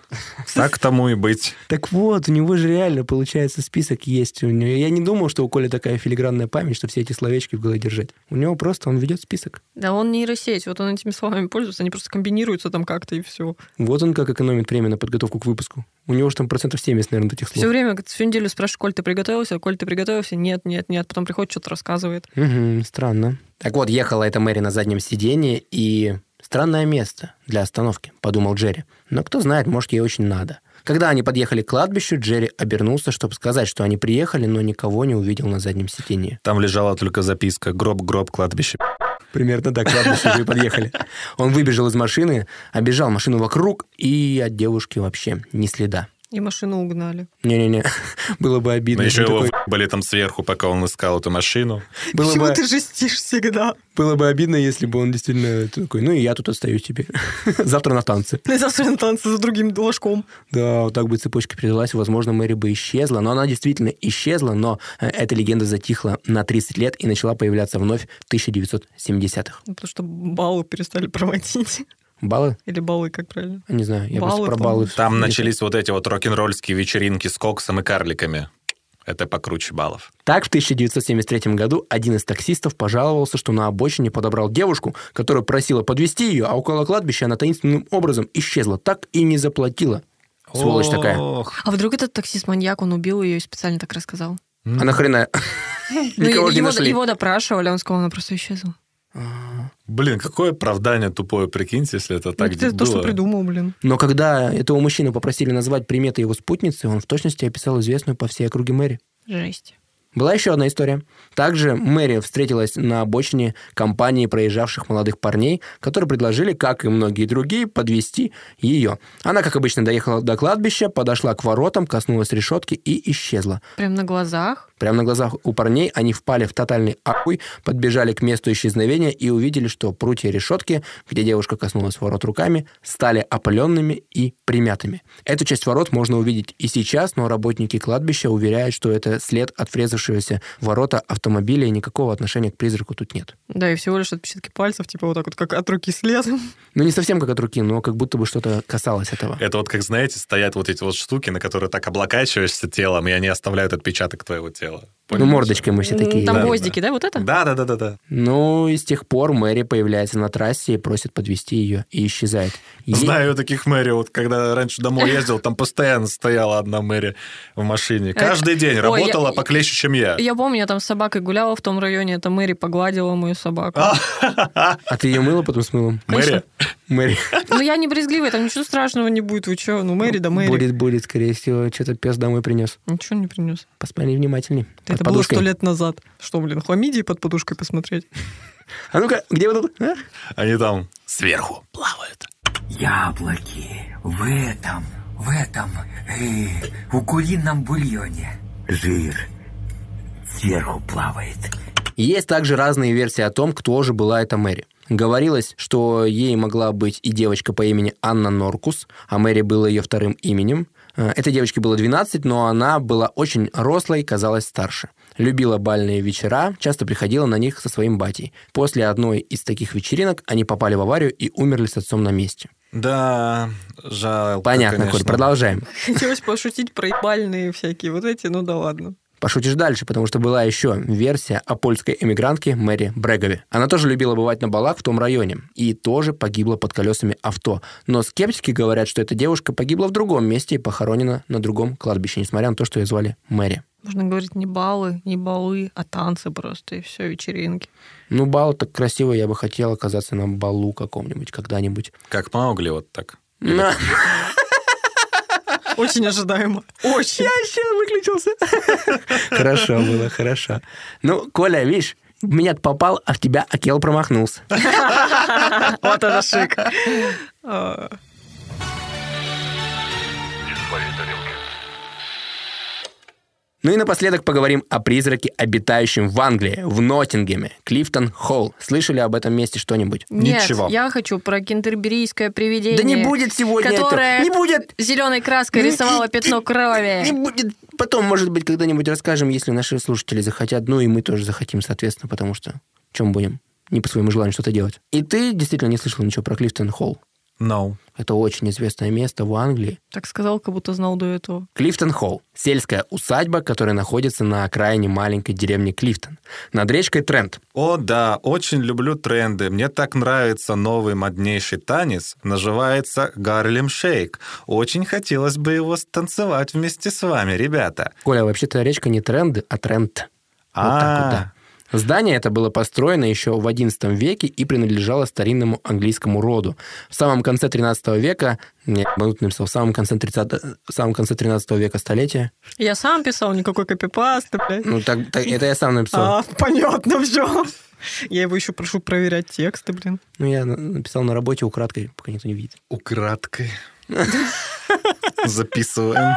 Так тому и быть.
Так вот, у него же реально, получается, список есть. У него... Я не думал, что у Коли такая филигранная память, что все эти словечки в голове держать. У него просто он ведет список.
Да он нейросеть, вот он этими словами пользуется, они просто комбинируются там как-то и все.
Вот он как экономит время на подготовку к выпуску. У него же там процентов 70, наверное, этих
Все
слов.
время, говорит, всю неделю спрашиваешь, Коль, ты приготовился? Коль, ты приготовился? Нет, нет, нет. Потом приходит, что-то рассказывает.
Мгм, странно. Так вот, ехала эта Мэри на заднем сиденье, и странное место для остановки, подумал Джерри. Но кто знает, может, ей очень надо. Когда они подъехали к кладбищу, Джерри обернулся, чтобы сказать, что они приехали, но никого не увидел на заднем сиденье.
Там лежала только записка «Гроб-гроб кладбище».
Примерно так, кладбище уже и подъехали. Он выбежал из машины, обежал машину вокруг, и от девушки вообще ни следа.
И машину угнали.
Не-не-не, было бы
Но
обидно. если
еще Ну, его
такой-
были там сверху, пока он искал эту машину.
было
Почему
бы-
ты жестишь всегда?
Было бы обидно, если бы он действительно такой, ну и я тут остаюсь теперь. Завтра на танцы.
На завтра на танцы за другим ложком.
Да, вот так бы цепочка передалась, возможно, Мэри бы исчезла, но она действительно исчезла, но э, эта легенда затихла на 30 лет и начала появляться вновь в 1970-х.
Ну, потому что баллы перестали проводить.
Баллы?
Или баллы, как правильно.
Не знаю, я
Баллы,
просто про баллы.
Там
вспомнил.
начались вот эти вот рок-н-ролльские вечеринки с коксом и карликами. Это покруче баллов.
Так, в 1973 году один из таксистов пожаловался, что на обочине подобрал девушку, которая просила подвести ее, а около кладбища она таинственным образом исчезла, так и не заплатила. Сволочь такая.
Ох.
А вдруг этот таксист-маньяк, он убил ее и специально так рассказал?
А нахрена?
Ну,
Никого же не
его,
нашли.
его допрашивали, он сказал, она просто исчезла.
Блин, какое оправдание тупое, прикиньте, если это так
Ну, это то,
было.
что придумал, блин.
Но когда этого мужчину попросили назвать приметы его спутницы, он в точности описал известную по всей округе Мэри.
Жесть.
Была еще одна история. Также Мэри встретилась на обочине компании проезжавших молодых парней, которые предложили, как и многие другие, подвести ее. Она, как обычно, доехала до кладбища, подошла к воротам, коснулась решетки и исчезла.
Прям на глазах.
Прямо на глазах у парней они впали в тотальный ахуй, подбежали к месту исчезновения и увидели, что прутья решетки, где девушка коснулась ворот руками, стали опаленными и примятыми. Эту часть ворот можно увидеть и сейчас, но работники кладбища уверяют, что это след от врезавшегося в ворота автомобиля и никакого отношения к призраку тут нет.
Да, и всего лишь отпечатки пальцев, типа вот так вот, как от руки след.
Ну, не совсем как от руки, но как будто бы что-то касалось этого.
Это вот, как знаете, стоят вот эти вот штуки, на которые так облокачиваешься телом, и они оставляют отпечаток твоего тела.
Ну, мордочкой мы все такие.
Там
да,
гвоздики, да, вот это?
Да-да-да-да-да.
Ну, и с тех пор Мэри появляется на трассе и просит подвести ее и исчезает. Е-
Знаю таких мэри, вот когда раньше домой ездил, там постоянно стояла одна мэри в машине. Каждый день
Ой,
работала
я-
поклеще, чем я.
Я помню, я там с собакой гуляла в том районе, это Мэри погладила мою собаку.
А ты ее мыла потом с мылом?
Мэри?
Мэри.
Ну, я не брезгливая, там ничего страшного не будет, вы чё? Ну, Мэри да Мэри.
Будет, будет, скорее всего, что-то пес домой принес.
Ничего не принес.
Посмотри внимательней. под
это было сто
подушкой.
лет назад. Что, блин, хламидии под подушкой посмотреть?
А ну-ка, где вот тут? а?
Они там сверху плавают.
Яблоки в этом, в этом, э, в курином бульоне. Жир сверху плавает.
Есть также разные версии о том, кто же была эта Мэри. Говорилось, что ей могла быть и девочка по имени Анна Норкус, а Мэри было ее вторым именем. Э, Этой девочке было 12, но она была очень рослой, казалась старше. Любила бальные вечера, часто приходила на них со своим батей. После одной из таких вечеринок они попали в аварию и умерли с отцом на месте.
Да, жалко,
Понятно,
Ну, конечно.
Коль, продолжаем.
Хотелось пошутить про ебальные всякие вот эти, ну да ладно.
Пошутишь дальше, потому что была еще версия о польской эмигрантке Мэри Брегове. Она тоже любила бывать на балах в том районе и тоже погибла под колесами авто. Но скептики говорят, что эта девушка погибла в другом месте и похоронена на другом кладбище, несмотря на то, что ее звали Мэри.
Можно говорить не баллы, не балы, а танцы просто, и все, вечеринки.
Ну, бал так красиво, я бы хотел оказаться на балу каком-нибудь когда-нибудь.
Как Маугли вот так.
На,
Очень ожидаемо. Очень.
щас выключился. Хорошо было, хорошо. Ну, Коля, видишь, В меня попал, а в тебя Акел промахнулся.
Вот это шик. А.
Ну и напоследок поговорим о призраке, обитающем в Англии, в Ноттингеме, Клифтон Холл. Слышали об этом месте что-нибудь?
Нет,
Ничего.
я хочу про киндерберийское привидение.
Да не будет сегодня этого.
которое
Не будет.
Зеленой краской рисовало пятно
Не
крови.
будет. Потом, может быть, когда-нибудь расскажем, если наши слушатели захотят. Ну и мы тоже захотим, соответственно, потому что чем будем? Не по своему желанию что-то делать. И ты действительно не слышал ничего про Клифтон Холл.
No.
Это очень известное место в Англии.
Так сказал, как будто знал до этого.
Клифтон Холл – сельская усадьба, которая находится на окраине маленькой деревни Клифтон, над речкой Трент.
О, да, очень люблю тренды. Мне так нравится новый моднейший танец. Наживается Гарлем Шейк. Очень хотелось бы его станцевать вместе с вами, ребята.
Коля, вообще-то речка не Тренды, а Трент. Вот так
А,
вот, да. Здание это было построено еще в XI веке и принадлежало старинному английскому роду. В самом конце XIII века, не, ебанутый написал, в самом конце 30, в самом конце 13 века столетия.
Я сам писал, никакой копипасты, блядь.
Ну, так, так- это я сам написал.
А, понятно все. Я его еще прошу проверять тексты, блин.
Ну, я на- написал на работе украдкой, пока никто не видит.
Украдкой. Записываем.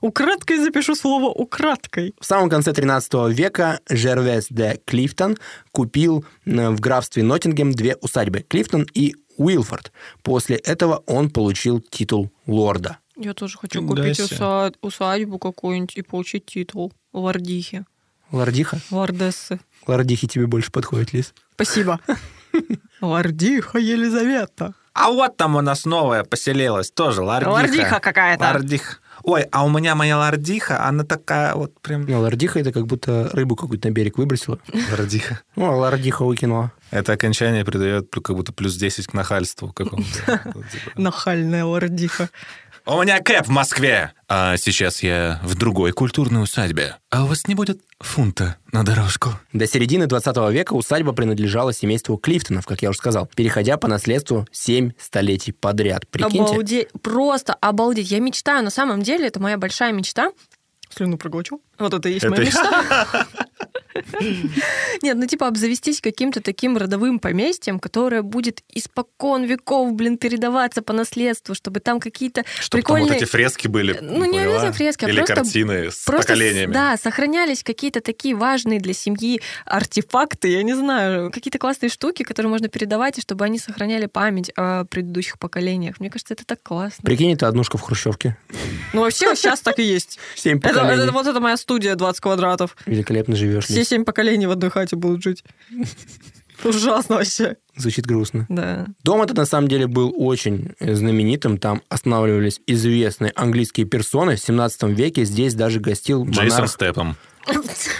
Украдкой запишу слово украдкой.
В самом конце 13 века Жервес де Клифтон купил э, в графстве Ноттингем две усадьбы – Клифтон и Уилфорд. После этого он получил титул лорда.
Я тоже хочу
Фига
купить
себе.
уса- усадьбу какую-нибудь и получить титул лордихи,
Лордиха?
лордессы.
Лордихи тебе больше подходит, Лис.
Спасибо. Лордиха Елизавета.
А вот там у нас новая поселилась, тоже лордиха.
Лордиха какая-то.
Лордих. Ой, а у меня моя лордиха, она такая вот прям...
Ну, лордиха это как будто рыбу какую-то на берег выбросила.
Лордиха.
Ну, а лордиха выкинула.
Это окончание придает как будто плюс 10 к нахальству какому-то. Вот, типа.
Нахальная лордиха.
У меня кэп в Москве.
А сейчас я в другой культурной усадьбе. А у вас не будет фунта на дорожку?
До середины 20 века усадьба принадлежала семейству Клифтонов, как я уже сказал, переходя по наследству 7 столетий подряд. Прикиньте.
Обалдеть. Просто обалдеть. Я мечтаю, на самом деле, это моя большая мечта. Слюну проглочу. Вот это и есть моя мечта. Нет, ну типа обзавестись каким-то таким родовым поместьем, которое будет испокон веков, блин, передаваться по наследству, чтобы там какие-то
Чтоб там
прикольные...
вот эти фрески были.
Ну, не
поняла?
обязательно фрески, а
Или
просто-
картины с
Просто, с-
поколениями.
да, сохранялись какие-то такие важные для семьи артефакты, я не знаю, какие-то классные штуки, которые можно передавать, и чтобы они сохраняли память о предыдущих поколениях. Мне кажется, это так классно.
Прикинь, это однушка в Хрущевке.
Ну, вообще, сейчас так и есть.
7
Это,
поколений.
это- вот это моя студия 20 квадратов.
Великолепно живешь,
Все
Лис.
семь поколений в одной хате будут жить. Ужасно вообще.
Звучит грустно.
Да.
Дом этот, на самом деле, был очень э, знаменитым. Там останавливались известные английские персоны. В 17 веке здесь даже гостил
Джейсон
монарх
Степом.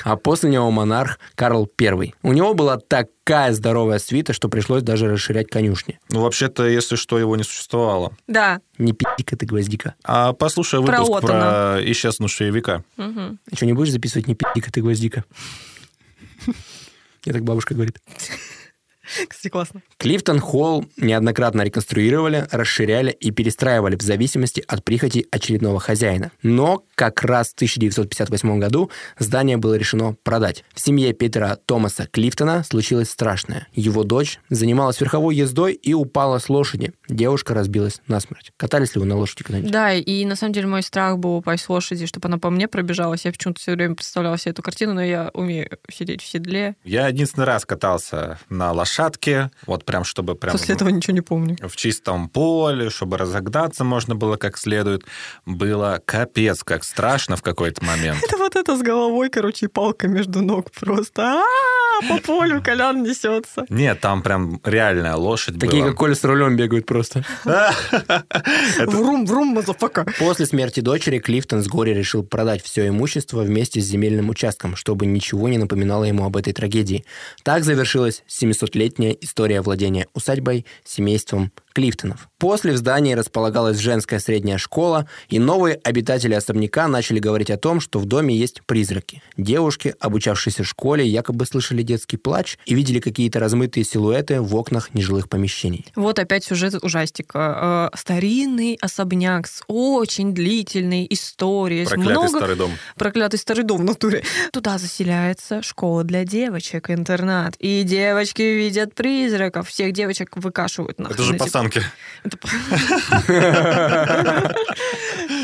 а после него монарх Карл I. У него была такая здоровая свита, что пришлось даже расширять конюшни.
Ну, вообще-то, если что, его не существовало.
Да.
Не пи***ка ты, гвоздика.
А послушай
Про
выпуск про,
Отона.
исчезнувшие века.
Мгм.
Ты что, не будешь записывать не пи***ка ты, гвоздика? Я так бабушка говорит.
Кстати, классно.
Клифтон Холл неоднократно реконструировали, расширяли и перестраивали в зависимости от прихоти очередного хозяина. Но как раз в 1958 году здание было решено продать. В семье Питера Томаса Клифтона случилось страшное. Его дочь занималась верховой ездой и упала с лошади. Девушка разбилась насмерть. Катались ли вы на лошади когда-нибудь?
Да, и на самом деле мой страх был упасть с лошади, чтобы она по мне пробежалась. Я почему-то все время представляла себе эту картину, но я умею сидеть в седле.
Я единственный раз катался на лошадке, вот прям чтобы прям...
После этого ничего не помню.
в чистом поле, чтобы разогнаться можно было как следует. Было капец, как страшно в какой-то момент.
Это вот это с головой, короче, и палка между ног просто. А, по полю колян несется.
Нет, там прям реальная лошадь
Такие,
была.
как Коля с рулем бегают просто.
Врум, врум, мазафака.
После смерти дочери Клифтон с горя решил продать все имущество вместе с земельным участком, чтобы ничего не напоминало ему об этой трагедии. Так завершилась 700-летняя история владения усадьбой семейством Клифтонов. После в здании располагалась женская средняя школа, и новые обитатели особняка начали говорить о том, что в доме есть призраки. Девушки, обучавшиеся в школе, якобы слышали детский плач и видели какие-то размытые силуэты в окнах нежилых помещений.
Вот опять сюжет ужастика. Э, Старинный особняк с очень длительной историей. с
Проклятый
много...
старый дом.
Проклятый старый дом в натуре. Туда заселяется школа для девочек, интернат. И девочки видят призраков. Всех девочек выкашивают нахрен. типа
Это же
эти-
пацанки.
Это по-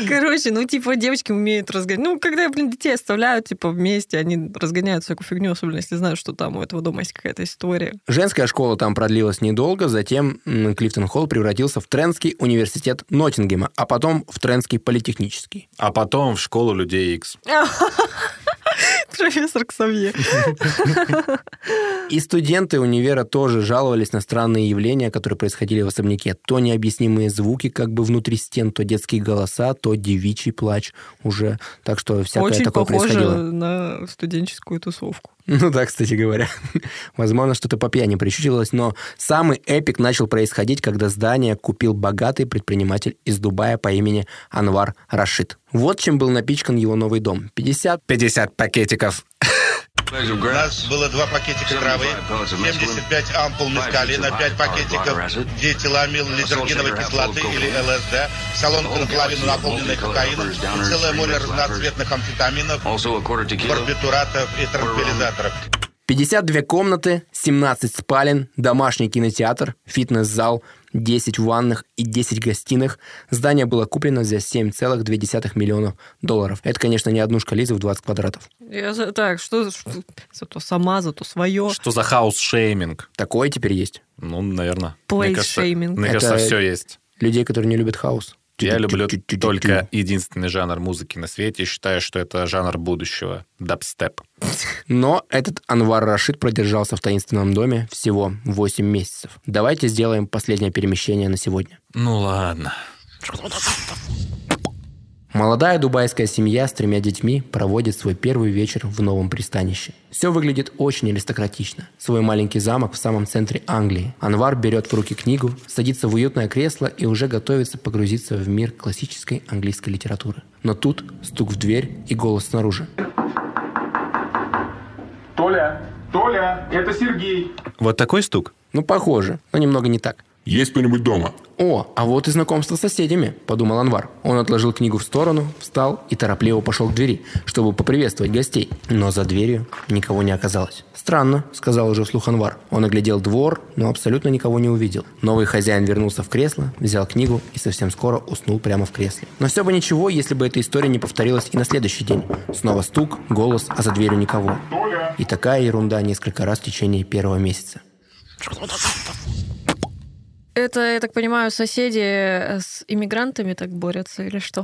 Короче, ну, типа, девочки умеют разгонять. Ну, когда, блин, детей оставляют, типа, вместе, они разгоняют всякую фигню, особенно если знают, что там у этого дома есть какая-то история.
Женская школа там продлилась недолго, затем м, Клифтон-Холл превратился в Трентский университет Ноттингема, а потом в Трентский политехнический.
А потом в школу людей X.
Профессор Ксавье.
И студенты универа тоже жаловались на странные явления, которые происходили в особняке. То необъяснимые звуки как бы внутри стен, то детские голоса, то девичий плач уже. Так что всякое
Очень
такое
похоже
происходило.
на студенческую тусовку.
Ну да, кстати говоря. Возможно, что-то по пьяни причудилось, но самый эпик начал происходить, когда здание купил богатый предприниматель из Дубая по имени Анвар Рашид. Вот чем был напичкан его новый дом. 50
50 пакетиков.
У нас было два пакетика травы, 75 ампул мескалина, 5 пакетиков диэтиламил-лизергиновой кислоты или ЛСД, салонка наполовину наполненная кокаином, и целое море разноцветных амфетаминов, барбитуратов и транквилизаторов.
52 комнаты, 17 спален, домашний кинотеатр, фитнес-зал, 10 ванных и 10 гостиных. Здание было куплено за 7,2 миллионов долларов. Это, конечно, не однушка Лизы в 20 квадратов.
Я за- так, что, что- зато сама, зато свое.
Что за хаус-шейминг?
Такое теперь есть.
Ну, наверное.
Плейшейминг.
Мне
Это
кажется, все есть.
Людей, которые не любят хаос.
Я люблю только единственный жанр музыки на свете и считаю, что это жанр будущего — дабстеп.
Но этот Анвар Рашид продержался в таинственном доме всего 8 месяцев. Давайте сделаем последнее перемещение на сегодня.
Ну ладно.
Молодая дубайская семья с тремя детьми проводит свой первый вечер в новом пристанище. Все выглядит очень аристократично. Свой маленький замок в самом центре Англии. Анвар берет в руки книгу, садится в уютное кресло и уже готовится погрузиться в мир классической английской литературы. Но тут стук в дверь и голос снаружи.
Толя, Толя, это Сергей.
Вот такой стук?
Ну, похоже, но немного не так.
Есть кто-нибудь дома?
«О, а вот и знакомство с соседями», – подумал Анвар. Он отложил книгу в сторону, встал и торопливо пошел к двери, чтобы поприветствовать гостей. Но за дверью никого не оказалось. «Странно», – сказал уже вслух Анвар. Он оглядел двор, но абсолютно никого не увидел. Новый хозяин вернулся в кресло, взял книгу и совсем скоро уснул прямо в кресле. Но все бы ничего, если бы эта история не повторилась и на следующий день. Снова стук, голос, а за дверью никого. И такая ерунда несколько раз в течение первого месяца.
Это, я так понимаю, соседи э, с иммигрантами так борются или что?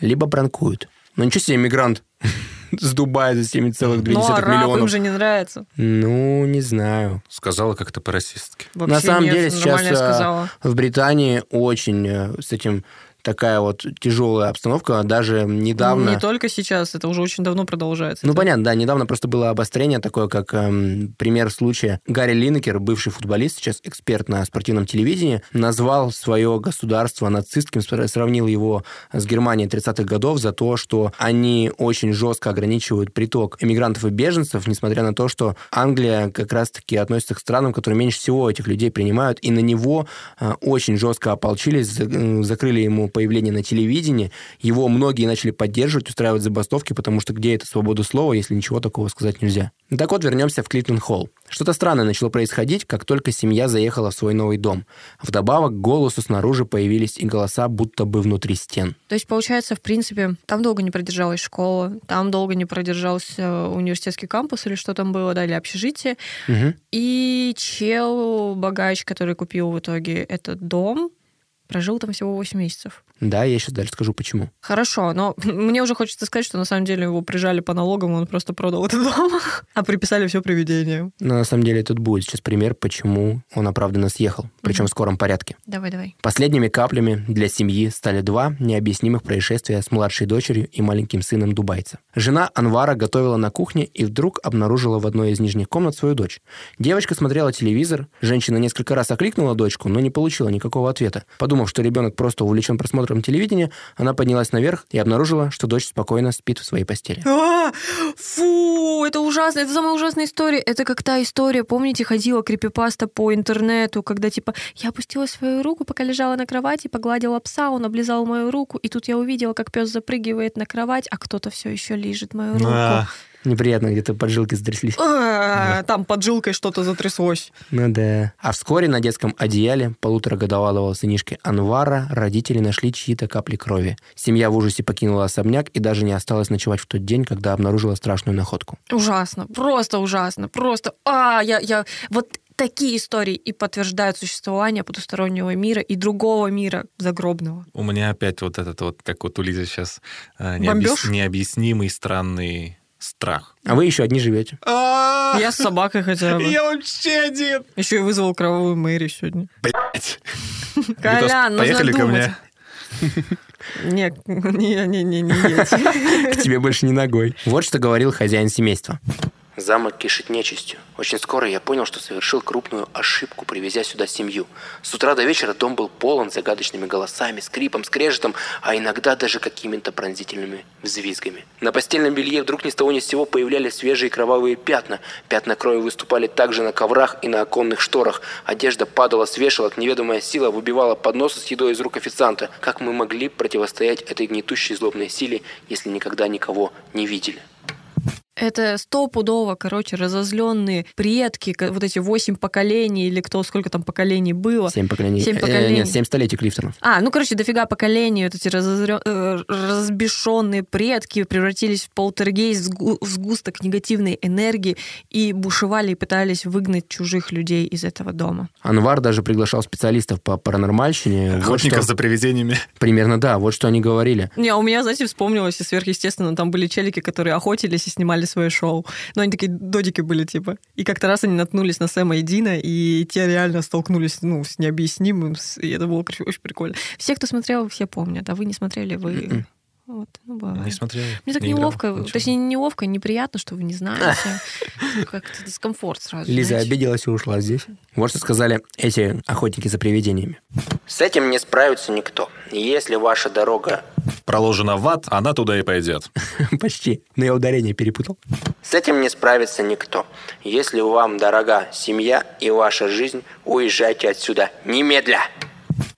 либо пранкуют. Ну ничего себе, мигрант с Дубая за 7,2
Ну, араб им
миллионов.
же не нравится.
Ну, не знаю.
Сказала как-то по-расистски.
Вообще
На самом
нет,
деле сейчас
нормально я
э,
сказала.
в Британии очень э, с этим такая вот тяжелая обстановка. Даже недавно...
Ну, Не только сейчас, это уже очень давно продолжается.
Ну, понятно, да, недавно просто было обострение такое, как эм, пример случая. Гарри Линнекер, бывший футболист, сейчас эксперт на спортивном телевидении, назвал свое государство нацистским, спра- сравнил его с Германией 30-х годов за то, что они очень жестко ограничивают приток иммигрантов и беженцев, несмотря на то, что Англия как раз-таки относится к странам, которые меньше всего этих людей принимают, и на него э, очень жестко ополчились, за- э, закрыли ему появление на телевидении, его многие начали поддерживать, устраивать забастовки, потому что где это свобода слова, если ничего такого сказать нельзя. Ну Так вот, вернемся в Клиттон-Холл. Что-то странное начало происходить, как только семья заехала в свой новый дом. Вдобавок, к голосу снаружи появились и голоса, будто бы внутри стен.
То есть, получается, в принципе, там долго не продержалась школа, там долго не продержался э, университетский кампус или что там было, да, или общежитие. И чел, богач, который купил в итоге этот дом, Прожил там всего 8 месяцев.
Да, я еще дальше скажу, почему.
Хорошо, но мне уже хочется сказать, что на самом деле его прижали по налогам, он просто продал этот дом, а приписали все привидениям.
Но на самом деле тут будет сейчас пример, почему он оправданно съехал, причем в скором порядке.
Давай, давай.
Последними каплями для семьи стали два необъяснимых происшествия с младшей дочерью и маленьким сыном дубайца. Жена Анвара готовила на кухне и вдруг обнаружила в одной из нижних комнат свою дочь. Девочка смотрела телевизор, женщина несколько раз окликнула дочку, но не получила никакого ответа. Подумав, что ребенок просто увлечен просмотром телевидения, она поднялась наверх и обнаружила, что дочь спокойно спит в своей постели.
А, Фу, это ужасно, это самая ужасная история. Это как та история, помните, ходила крипипаста по интернету, когда типа я опустила свою руку, пока лежала на кровати, погладила пса, он облизал мою руку, и тут я увидела, как пес запрыгивает на кровать, а кто-то все еще лижет мою руку.
А, Неприятно, где-то поджилки затряслись.
А, Там под жилкой что-то затряслось.
Ну да. А вскоре на детском одеяле полуторагодовалого сынишки Анвара родители нашли чьи-то капли крови. Семья в ужасе покинула особняк и даже не осталась ночевать в тот день, когда обнаружила страшную находку.
Ужасно, просто ужасно, просто. А, я, я, вот такие истории и подтверждают существование потустороннего мира и другого мира загробного.
У меня опять вот этот вот, как вот у Лизы сейчас, э, необъяс-
Бомбёж?
необъяснимый странный страх.
А вы еще одни живете.
Я с собакой хотя бы.
Я вообще один.
Еще и вызвал кровавую Мэри сегодня.
Блять.
Колян, нужно
поехали ко
думать.
мне.
Не, не, не, не, не едь.
К тебе больше не ногой. Вот что говорил хозяин семейства. Замок кишит нечистью. Очень скоро я понял, что совершил крупную ошибку, привезя сюда семью. С утра до вечера дом был полон загадочными голосами, скрипом, скрежетом, а иногда даже какими-то пронзительными взвизгами. На постельном белье вдруг ни с того ни с сего появлялись свежие кровавые пятна. Пятна крови выступали также на коврах и на оконных шторах. Одежда падала с вешалок, неведомая сила выбивала подносы с едой из рук официанта. Как мы могли противостоять этой гнетущей злобной силе, если никогда никого не видели?
Это стопудово, короче, разозленные предки, ко- вот эти восемь поколений или кто, сколько там поколений было.
Семь поколений.
Семь
Э,
поколений.
нет, семь столетий Клифтонов.
А, ну, короче, дофига поколений вот эти разозрё- э, разбешенные предки превратились в полтергейст, в сгу- в сгусток негативной энергии и бушевали и пытались выгнать чужих людей из этого дома.
Анвар даже приглашал специалистов по паранормальщине. Вот
Охотников
что-
за привидениями.
Примерно, да, вот что они говорили.
Не, а у меня, знаете, вспомнилось, и сверхъестественно, там были челики, которые охотились и снимали свое шоу. Но они такие додики были, типа. И как-то раз они наткнулись на Сэма и Дина, и те реально столкнулись, ну, с необъяснимым, с- и это было, короче, очень прикольно. Все, кто смотрел, все помнят, а вы не смотрели, вы...
Мгм.
Вот, ну, бывает.
М-м. Не смотрел.
Мне так
не играл,
неловко,
ничего.
точнее, не неловко, неприятно, что вы не знаете. Как-то дискомфорт сразу.
Лиза
знаете.
обиделась и ушла здесь. Вот что сказали эти охотники за привидениями. С этим не справится никто. Если ваша дорога...
Проложена в ад, она туда и пойдет.
Почти. Но я ударение перепутал. С этим не справится никто. Если вам дорога семья и ваша жизнь, уезжайте отсюда немедля.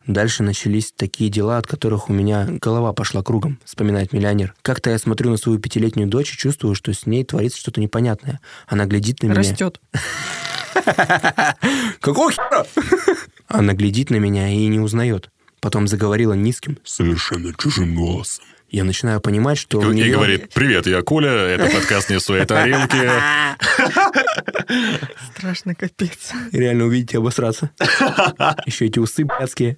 Дальше начались такие дела, от которых у меня голова пошла кругом, вспоминает миллионер. Как-то я смотрю на свою пятилетнюю дочь и чувствую, что с ней творится что-то непонятное. Она глядит на меня.
Растет.
Какого хера? Она глядит на меня и не узнает. Потом заговорила низким, совершенно чужим голосом. Я начинаю понимать, что у
И
неё-
говорит, привет, я Коля, это подкаст «Не в своей тарелке».
Страшно, капец.
Реально увидите обосраться. Еще эти усы блядские.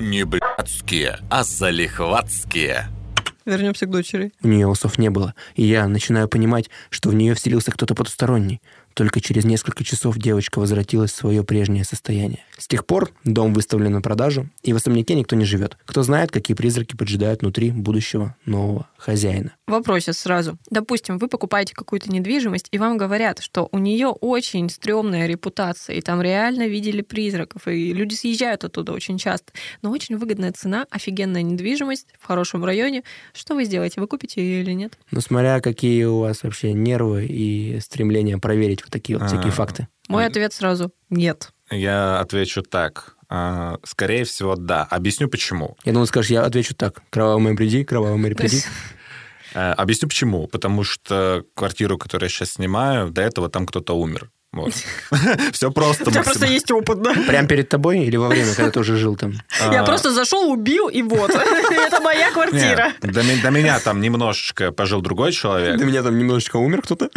Не блядские, а залихватские.
Вернемся к дочери.
У нее усов не было, и я начинаю понимать, что в нее вселился кто-то потусторонний. Только через несколько часов девочка возвратилась в свое прежнее состояние. С тех пор дом выставлен на продажу, и в особняке никто не живет. Кто знает, какие призраки поджидают внутри будущего нового хозяина.
Вопросец сразу. Допустим, вы покупаете какую-то недвижимость, и вам говорят, что у нее очень стрёмная репутация, и там реально видели призраков, и люди съезжают оттуда очень часто. Но очень выгодная цена, офигенная недвижимость в хорошем районе. Что вы сделаете? Вы купите ее или нет?
Ну, смотря какие у вас вообще нервы и стремление проверить вот такие вот всякие
А.
факты.
Мой ответ сразу — нет.
Я отвечу так. А, Скорее всего, да. Объясню почему.
Я думал, скажешь, я отвечу так. Кровавый Мэри, приди, кровавый Мэри, приди.
Э, Объясню почему. Потому что квартиру, которую я сейчас снимаю, до этого там кто-то умер. Все просто.
У тебя просто
максимально.
есть опыт, да?
Прям перед тобой или во время, когда ты уже жил там?
Я
А,
просто зашел, убил, и вот. Это моя
не,
квартира.
До ми- до меня там немножечко пожил другой человек.
До меня там немножечко умер кто-то.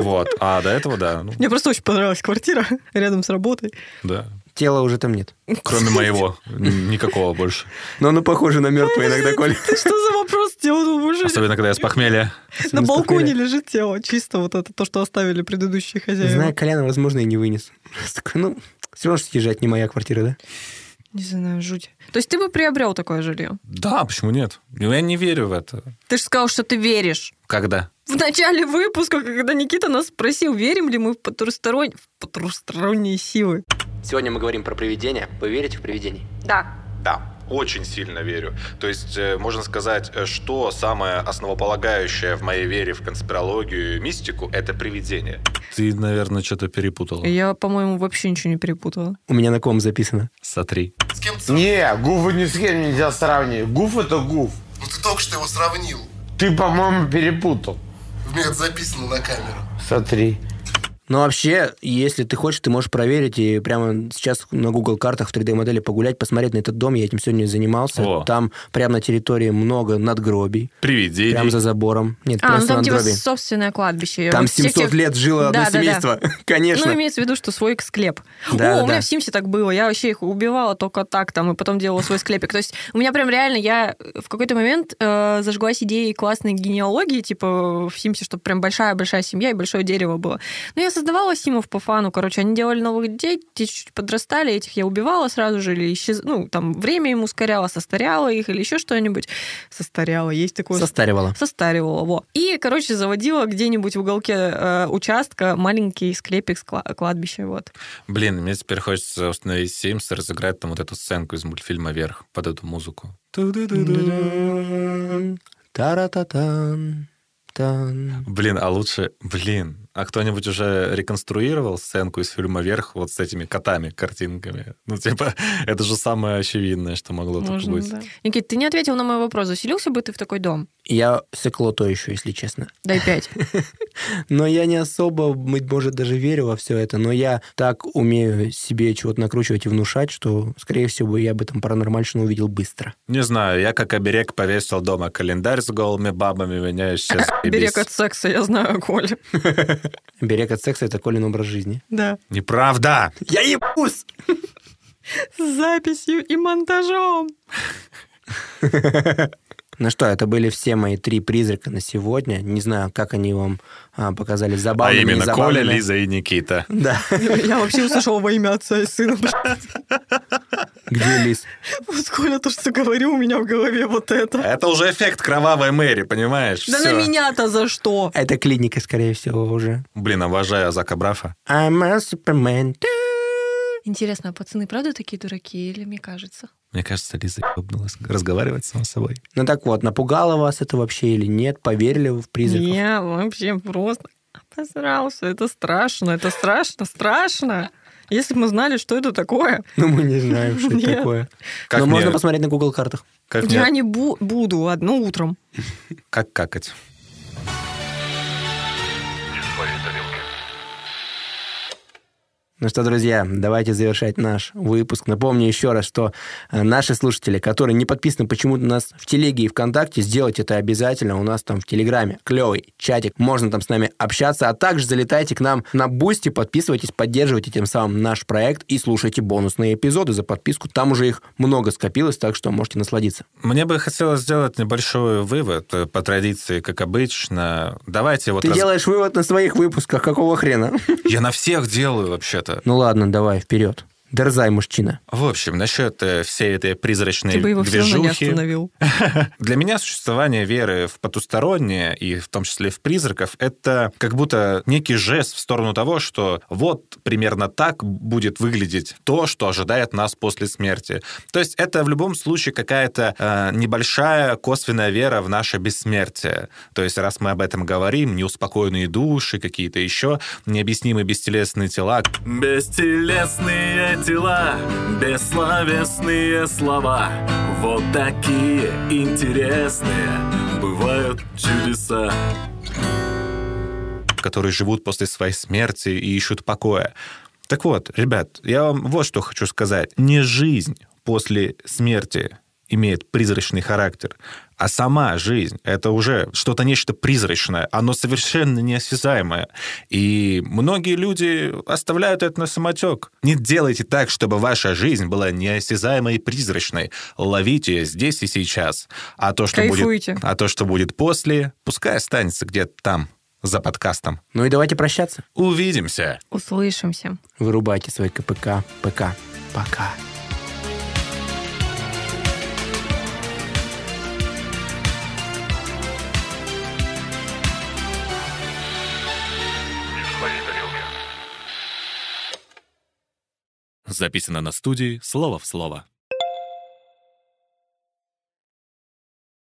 Вот. А до этого, да. ну,
Мне просто очень понравилась квартира рядом с работой.
да.
Тела уже там нет.
Кроме моего. Н- Никакого больше.
Но оно похоже на мертвое иногда, Коля.
Ты что за вопрос делал? Уже
Особенно, когда я с похмелья.
на балконе лежит тело. Чисто вот это то, что оставили предыдущие хозяева.
Знаю, Коляна, возможно, и не вынес. Просто такой, Ну, все равно, что съезжать не моя квартира, да?
Не знаю, жуть. То есть ты бы приобрел такое жилье?
Да, почему нет? Ну, я не верю в это.
Ты же сказал, что ты веришь.
Когда?
В начале выпуска, когда Никита нас спросил, верим ли мы в, потурсторон... в потурсторонние силы.
Сегодня мы говорим про привидения. Вы верите в привидений?
Да.
Да, очень сильно верю. То есть, э, можно сказать, э, что самое основополагающее в моей вере в конспирологию и мистику — это привидение. Ты, наверное, что-то перепутала.
Я, по-моему, вообще ничего не перепутала.
У меня на ком записано.
Сотри.
Не, гуфа ни с кем нельзя сравнивать. Гуф это гуф.
Ну ты только что его сравнил.
Ты, по-моему, перепутал.
У меня это записано на камеру.
Смотри.
Ну, вообще, если ты хочешь, ты можешь проверить и прямо сейчас на Google картах в 3D-модели погулять, посмотреть на этот дом. Я этим сегодня занимался.
О.
Там прямо на территории много надгробий.
Привидений.
Прям за забором. Нет,
А, ну
просто
там типа
надгробий.
собственное кладбище.
Там
Вот всех
700
тех-
лет жило одно
Да, да, да.
семейство. Конечно.
Ну, имеется в виду, что свой склеп.
Да,
О,
да,
у меня
да.
в Симсе так было. Я вообще их убивала только так там, и потом делала свой склепик. То есть у меня прям реально, я в какой-то момент э, зажглась идеей классной генеалогии, типа в Симсе, чтобы прям большая-большая семья и большое дерево было. Но я создавала Симов по фану, короче. Они делали новых детей, те чуть-чуть подрастали, этих я убивала сразу же, или исчез... Ну, там, время им ускоряла, состаряла их, или еще что-нибудь. Состаряла, есть такое...
Состаривала.
Состаривала, во. И, короче, заводила где-нибудь в уголке э, участка маленький склепик с кла- кладбища, вот.
Блин, мне теперь хочется установить Sims и разыграть там вот эту сценку из мультфильма «Вверх» под эту музыку.
Тара-та-тан. Тан.
Блин, а лучше... Блин, а кто-нибудь уже реконструировал сценку из фильма «Вверх» вот с этими котами, картинками? Ну, типа, это же самое очевидное, что могло тут быть.
Никит, ты не ответил на мой вопрос. Заселился бы ты в такой дом?
Я секло то еще, если честно.
Дай пять.
Но я не особо, быть может, даже верю во все это, но я так умею себе чего-то накручивать и внушать, что, скорее всего, я об этом паранормальщину увидел быстро.
Не знаю, я как оберег повесил дома календарь с голыми бабами, меня сейчас
Берег от секса, я знаю, Коля.
Берег от секса — это Колин образ жизни.
Да.
Неправда!
Я ебусь!
С записью и монтажом.
Ну что, это были все мои три призрака на сегодня. Не знаю, как они вам а, показались
А
забавными,
именно Коля,
незабавными.
Лиза и Никита.
Ну.
Да.
Я вообще услышала во имя отца и сына.
Где Лиз?
Вот, Коля, то, что говорю, у меня в голове вот это.
Это уже эффект кровавой мэри, понимаешь?
Да на
Всё.
меня-то за что?
Это клиника, скорее всего, уже.
Блин, обожаю Зака Брафа.
I'm a Superman.
Интересно, а пацаны правда такие дураки или мне кажется?
Мне кажется, Лиза ебнулась разговаривать сама с собой.
Ну так вот, напугало вас это вообще или нет? Поверили вы в призраков?
Я вообще просто обосрался. Это страшно, это страшно, страшно. Если бы мы знали, что это такое,
Ну мы не знаем, что это
Нет.
такое.
Как
Но
мне-
можно посмотреть на Google картах.
Как,
я не
мне-
бу- буду одно утром.
как какать?
Ну что, друзья, давайте завершать наш выпуск. Напомню еще раз, что э, наши слушатели, которые не подписаны почему-то у нас в Телеге и ВКонтакте, сделать это обязательно. У нас там в Телеграме клевый чатик, можно там с нами общаться, а также залетайте к нам на Бусти, подписывайтесь, поддерживайте тем самым наш проект и слушайте бонусные эпизоды за подписку. Там уже их много скопилось, так что можете насладиться.
Мне бы хотелось сделать небольшой вывод э, по традиции, как обычно. Давайте вот...
Ты
раз-
делаешь вывод на своих выпусках, какого хрена?
Я на всех делаю вообще-то.
Ну ладно, давай, вперед. Дерзай, мужчина.
В общем, насчет э, всей этой призрачной
Ты бы его все равно не
движухи.
остановил.
Для меня существование веры в потустороннее, и в том числе в призраков, это как будто некий жест в сторону того, что вот примерно так будет выглядеть то, что ожидает нас после смерти. То есть это в любом случае какая-то э, небольшая косвенная вера в наше бессмертие. То есть раз мы об этом говорим, неуспокоенные души, какие-то еще необъяснимые бестелесные тела,
Бестелесные тела, бессловесные слова. Вот такие интересные бывают чудеса.
которые живут после своей смерти и ищут покоя. Так вот, ребят, я вам вот что хочу сказать. Не жизнь после смерти имеет призрачный характер, а сама жизнь — это уже что-то нечто призрачное, оно совершенно неосязаемое. И многие люди оставляют это на самотек. Не делайте так, чтобы ваша жизнь была неосязаемой и призрачной. Ловите ее здесь и сейчас. А то, что,
Кайфуйте.
будет, а то, что будет после, пускай останется где-то там, за подкастом.
Ну и давайте прощаться.
Увидимся.
Услышимся.
Вырубайте свой КПК. ПК. Пока.
Записано на студии «Слово в слово».